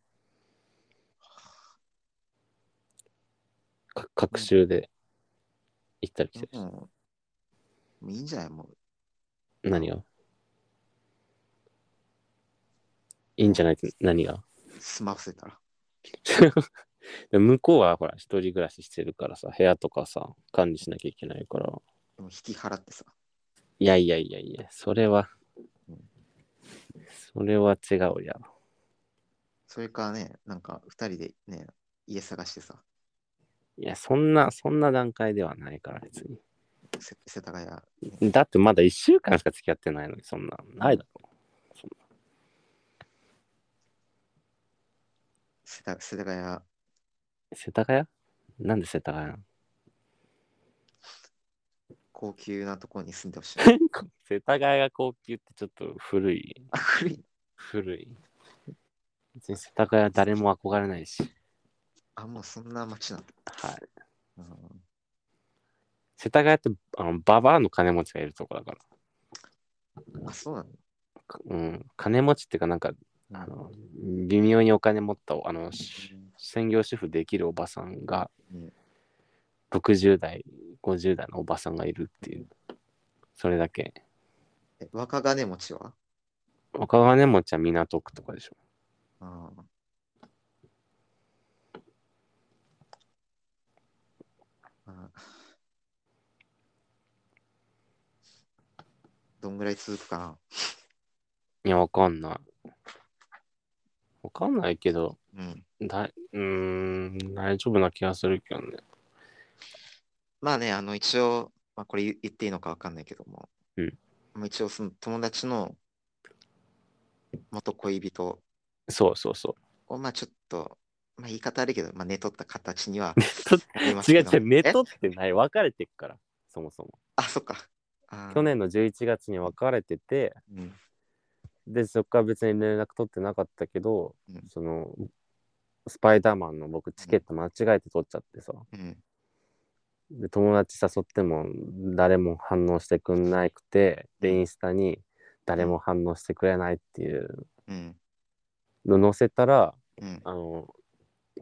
[SPEAKER 3] か隔週で行ったり来たりして、
[SPEAKER 2] もう、もういいんじゃないもう。
[SPEAKER 3] 何がいいんじゃないって何が
[SPEAKER 2] 済ませたら。
[SPEAKER 3] *laughs* で向こうはほら一人暮らししてるからさ部屋とかさ管理しなきゃいけないから
[SPEAKER 2] でも引き払ってさ。
[SPEAKER 3] いやいやいやいやそれはそれは違うやろ
[SPEAKER 2] それかね、なんか二人でね、家探してさ、
[SPEAKER 3] いやそんなそんな段階ではないから別に
[SPEAKER 2] せ世田谷、ね
[SPEAKER 3] だってまだ1週間しか付き合ってないのにそんなないだろ
[SPEAKER 2] 世田世田谷、
[SPEAKER 3] 世田谷なんで世田谷なの *laughs*
[SPEAKER 2] 高級なところに住んでほ
[SPEAKER 3] *laughs*
[SPEAKER 2] しい。
[SPEAKER 3] 世田谷が高級ってちょっと古い
[SPEAKER 2] あ、古い。
[SPEAKER 3] 古い別に世田谷は誰も憧れないし
[SPEAKER 2] あ、もうそんな街なんだ。
[SPEAKER 3] はい
[SPEAKER 2] うん
[SPEAKER 3] 世田谷ってあのババアの金持ちがいるとこだから
[SPEAKER 2] あ、そうなの
[SPEAKER 3] うん、金持ちっていうかなんかあの微妙にお金持ったあのし専業主婦できるおばさんが
[SPEAKER 2] うん
[SPEAKER 3] 60代50代のおばさんがいるっていうそれだけ
[SPEAKER 2] え若金持ちは
[SPEAKER 3] 若金持ちは港区とかでしょ
[SPEAKER 2] あーあーどんぐらい続くかない
[SPEAKER 3] やわかんないわかんないけど
[SPEAKER 2] うん、
[SPEAKER 3] だいうーん大丈夫な気がするけどね
[SPEAKER 2] まあね、あの一応、まあ、これ言言っていいのかわかんないけども、
[SPEAKER 3] うん
[SPEAKER 2] まあ一応その友達の元恋人
[SPEAKER 3] そうそうそ
[SPEAKER 2] *laughs* を、まあちょっと、まあ、言い方悪いけど、まあ、寝取った形には
[SPEAKER 3] 取っ
[SPEAKER 2] なりま
[SPEAKER 3] う
[SPEAKER 2] すけ
[SPEAKER 3] 違う
[SPEAKER 2] ど
[SPEAKER 3] *laughs* 違う寝
[SPEAKER 2] え
[SPEAKER 3] 取ってない別れてっからそもそも
[SPEAKER 2] あ、そっか。あー
[SPEAKER 3] 去、年の11月に別れてて
[SPEAKER 2] うん
[SPEAKER 3] でそこから別に連絡取ってなかったけど、
[SPEAKER 2] うん
[SPEAKER 3] そのスパイダーマンの僕チケット間違えて取っちゃってさ、
[SPEAKER 2] うん
[SPEAKER 3] で友達誘っても誰も反応してくんないくてでインスタに誰も反応してくれないっていう
[SPEAKER 2] うん
[SPEAKER 3] の載せたら
[SPEAKER 2] うん
[SPEAKER 3] あの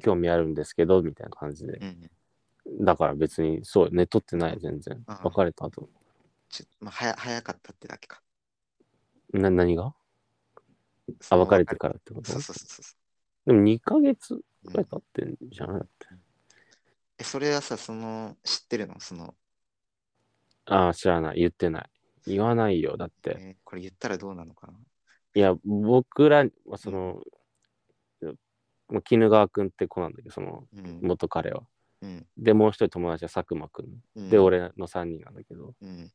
[SPEAKER 3] 興味あるんですけどみたいな感じで
[SPEAKER 2] うん
[SPEAKER 3] だから別にそうね取ってない全然
[SPEAKER 2] ああ
[SPEAKER 3] 別れた後
[SPEAKER 2] ちょまあ、早早かったってだけか。
[SPEAKER 3] な何が
[SPEAKER 2] そ
[SPEAKER 3] あ
[SPEAKER 2] の
[SPEAKER 3] 別れてからってこと
[SPEAKER 2] そうそうそうそう
[SPEAKER 3] でも2ヶ月
[SPEAKER 2] うん
[SPEAKER 3] くらい経ってんじゃないって
[SPEAKER 2] え。それはさ、その、知ってるのその、
[SPEAKER 3] ああ知らない言ってない言わないよだって
[SPEAKER 2] えーこれ言ったらどうなのかない
[SPEAKER 3] や、僕ら、その、まあ絹川くんって子なんだけど、その、
[SPEAKER 2] うん。
[SPEAKER 3] 元彼は。
[SPEAKER 2] うん。
[SPEAKER 3] で、もう一人友達は佐久間くん。
[SPEAKER 2] うん
[SPEAKER 3] で、。俺の3人なんだけど、
[SPEAKER 2] うん。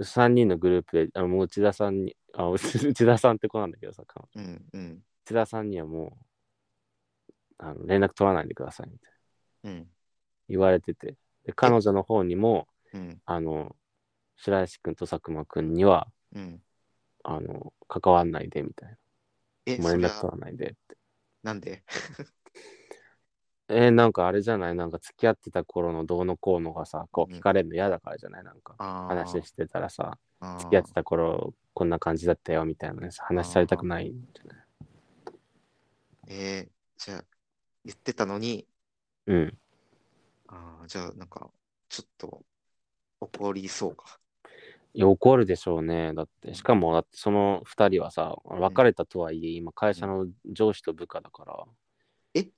[SPEAKER 3] 3人のグループで、あもう内田さんに、あ、 *laughs* 内内田さんって子なんだけどさ、彼女
[SPEAKER 2] うん。うん。
[SPEAKER 3] 内田さんにはもう、あの連絡取らないでください、みたいな
[SPEAKER 2] うん。
[SPEAKER 3] 言われてて。で、彼女の方にも、
[SPEAKER 2] うん。
[SPEAKER 3] あの、白石くんと佐久間くんには、
[SPEAKER 2] うん。
[SPEAKER 3] あの、関わんないで、みたいな。
[SPEAKER 2] え、
[SPEAKER 3] もう
[SPEAKER 2] そ
[SPEAKER 3] 連
[SPEAKER 2] れ
[SPEAKER 3] 絡取
[SPEAKER 2] は
[SPEAKER 3] らないで。
[SPEAKER 2] なんで
[SPEAKER 3] えーなんかあれじゃないなんか付き合ってた頃のどうのこうのがさ、こう
[SPEAKER 2] うん
[SPEAKER 3] 聞かれるの嫌だからじゃないなんか
[SPEAKER 2] ああ。
[SPEAKER 3] 話してたらさ、
[SPEAKER 2] あー
[SPEAKER 3] 付き合ってた頃こんな感じだったよみたいなね、話されたくないんじゃない
[SPEAKER 2] えーじゃあ、言ってたのに、
[SPEAKER 3] うん。
[SPEAKER 2] ああ、じゃあ、なんか、ちょっと、怒りそうか。
[SPEAKER 3] いや怒るでしょうね。だって、しかもだってその2人はさ、別れたとはいえ、今会社の上司と部下だから。
[SPEAKER 2] え
[SPEAKER 3] い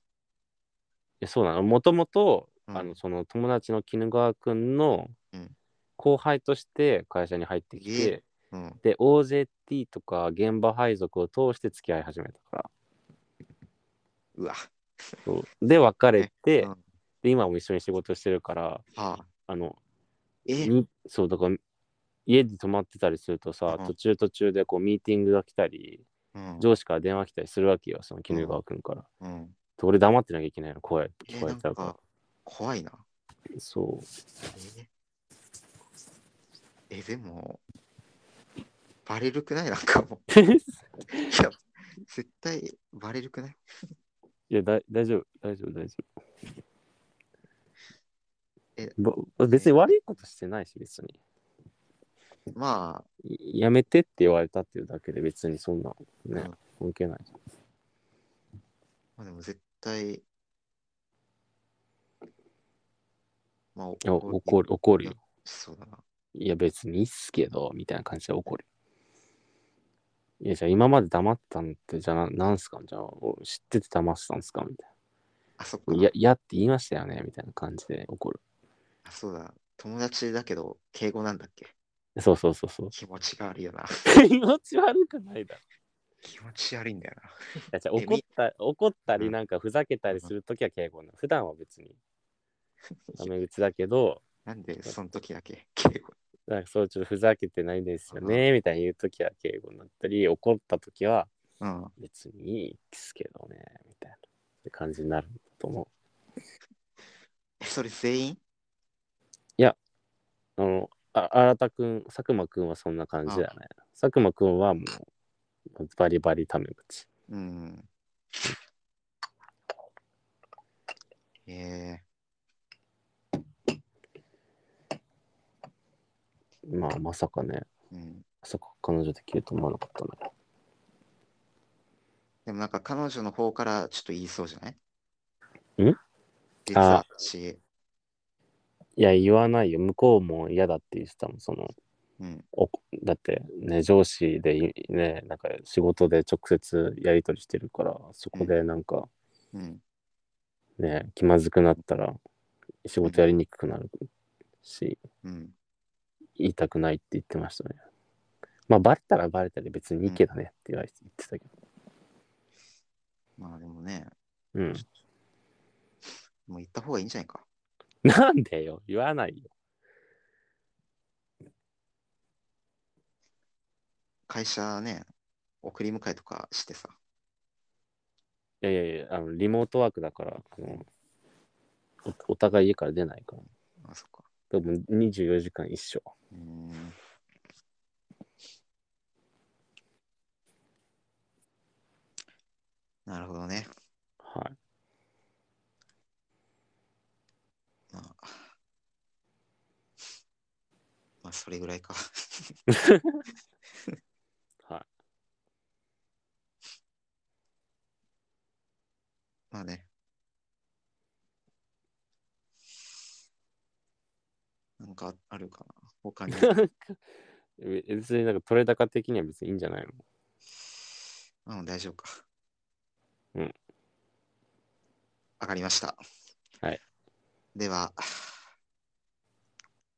[SPEAKER 3] やそうなの。もともと、
[SPEAKER 2] うん
[SPEAKER 3] あの、その友達の絹川くんの
[SPEAKER 2] うん
[SPEAKER 3] 後輩として会社に入ってきて、
[SPEAKER 2] うん。
[SPEAKER 3] で、OJT とか現場配属を通して付き合い始めたから。
[SPEAKER 2] うわ。
[SPEAKER 3] そうで、別れて、
[SPEAKER 2] うん
[SPEAKER 3] で、今も一緒に仕事してるから、
[SPEAKER 2] はあ。
[SPEAKER 3] あの、
[SPEAKER 2] え、
[SPEAKER 3] にそう、だから、家で泊まってたりするとさ、
[SPEAKER 2] うん
[SPEAKER 3] 途中途中でこうミーティングが来たり、
[SPEAKER 2] うん。
[SPEAKER 3] 上司から電話来たりするわけよ、その鬼怒川君から。
[SPEAKER 2] うん、
[SPEAKER 3] で俺黙ってなきゃいけないの、声
[SPEAKER 2] え
[SPEAKER 3] 聞こえちゃ
[SPEAKER 2] な
[SPEAKER 3] う
[SPEAKER 2] ん
[SPEAKER 3] か
[SPEAKER 2] か怖いな。
[SPEAKER 3] ら。
[SPEAKER 2] *laughs*
[SPEAKER 3] そう。
[SPEAKER 2] え、えでも、バレるくないなんかもう。いや、絶対バレるくない
[SPEAKER 3] いや、だ大丈夫、大丈夫、大丈夫。
[SPEAKER 2] え
[SPEAKER 3] ば別に悪いことしてないし、別に。
[SPEAKER 2] まあ、
[SPEAKER 3] いやめてって言われたっていうだけで、別にそんな、ね
[SPEAKER 2] うん、
[SPEAKER 3] 関係ない。
[SPEAKER 2] まあでも絶対、まあ、
[SPEAKER 3] いや怒る、怒るよ。
[SPEAKER 2] そうだな。
[SPEAKER 3] いや、別にいいっすけど、みたいな感じで怒る。いや、じゃあ今まで黙ってたんって、じゃあななんすかじゃあお知ってて騙したんすかみたい
[SPEAKER 2] あ、そっか。
[SPEAKER 3] な。いや、いやって言いましたよねみたいな感じで怒る。
[SPEAKER 2] あそうだ。友達だけど、敬語なんだっけ
[SPEAKER 3] そうそうそうそう。
[SPEAKER 2] 気持ちが悪いよな。 *laughs*
[SPEAKER 3] 気持ち悪くないだろ
[SPEAKER 2] 気持ち悪いんだよな。
[SPEAKER 3] いやじゃあ
[SPEAKER 2] えみ
[SPEAKER 3] 怒った怒った
[SPEAKER 2] う
[SPEAKER 3] り
[SPEAKER 2] ん
[SPEAKER 3] なんかふざけたりするときは敬語なの普段は別にタメ口だけど
[SPEAKER 2] なんで、その時だけ敬語。
[SPEAKER 3] なんかそうちょっとふざけてないですよねみたいに言うときは敬語になったり怒ったときは
[SPEAKER 2] うん。
[SPEAKER 3] 別にいいですけどねみたいな感じになると思
[SPEAKER 2] えそれ全員
[SPEAKER 3] うあのあ新田くん佐久間くんはそんな感じだね佐久間くんはもうバリバリタメ口
[SPEAKER 2] うん。え
[SPEAKER 3] まあまさかね
[SPEAKER 2] ー、うん。
[SPEAKER 3] まさか彼女できると思わなかったね
[SPEAKER 2] でもなんか彼女の方からちょっと言いそうじゃない
[SPEAKER 3] ん
[SPEAKER 2] 実は私、
[SPEAKER 3] いや言わないよ向こうも嫌だって言ってたもんその
[SPEAKER 2] うん。
[SPEAKER 3] おだってね上司でいねなんか仕事で直接やり取りしてるからそこでなんか
[SPEAKER 2] うん。
[SPEAKER 3] ね、気まずくなったら仕事やりにくくなるし
[SPEAKER 2] うん。
[SPEAKER 3] 言いたくないって言ってましたねまあバレたらバレたで別にいいけどねって言われて言ってたけど
[SPEAKER 2] まあでもね、
[SPEAKER 3] うん *laughs*
[SPEAKER 2] もう言った方がいいんじゃないか。
[SPEAKER 3] なんでよ言わないよ
[SPEAKER 2] 会社ね、送り迎えとかしてさ。
[SPEAKER 3] いやいやいやあのリモートワークだからあのおお互い家から出ないから
[SPEAKER 2] あ、そっか。
[SPEAKER 3] 多分24時間一緒
[SPEAKER 2] うーん。なるほどね。
[SPEAKER 3] はい
[SPEAKER 2] まあ、まあ、それぐらいか。
[SPEAKER 3] はい
[SPEAKER 2] まあね。なんかあるかな他
[SPEAKER 3] *laughs*
[SPEAKER 2] に。
[SPEAKER 3] え別になんか取れ高的には別にいいんじゃないの
[SPEAKER 2] うん、大丈夫か。
[SPEAKER 3] うん。
[SPEAKER 2] わかりました。
[SPEAKER 3] はい。
[SPEAKER 2] では、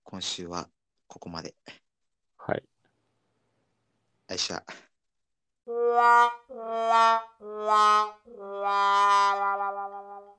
[SPEAKER 2] 今週はここまで。
[SPEAKER 3] はい
[SPEAKER 2] 来週は。
[SPEAKER 4] la la la la la la la la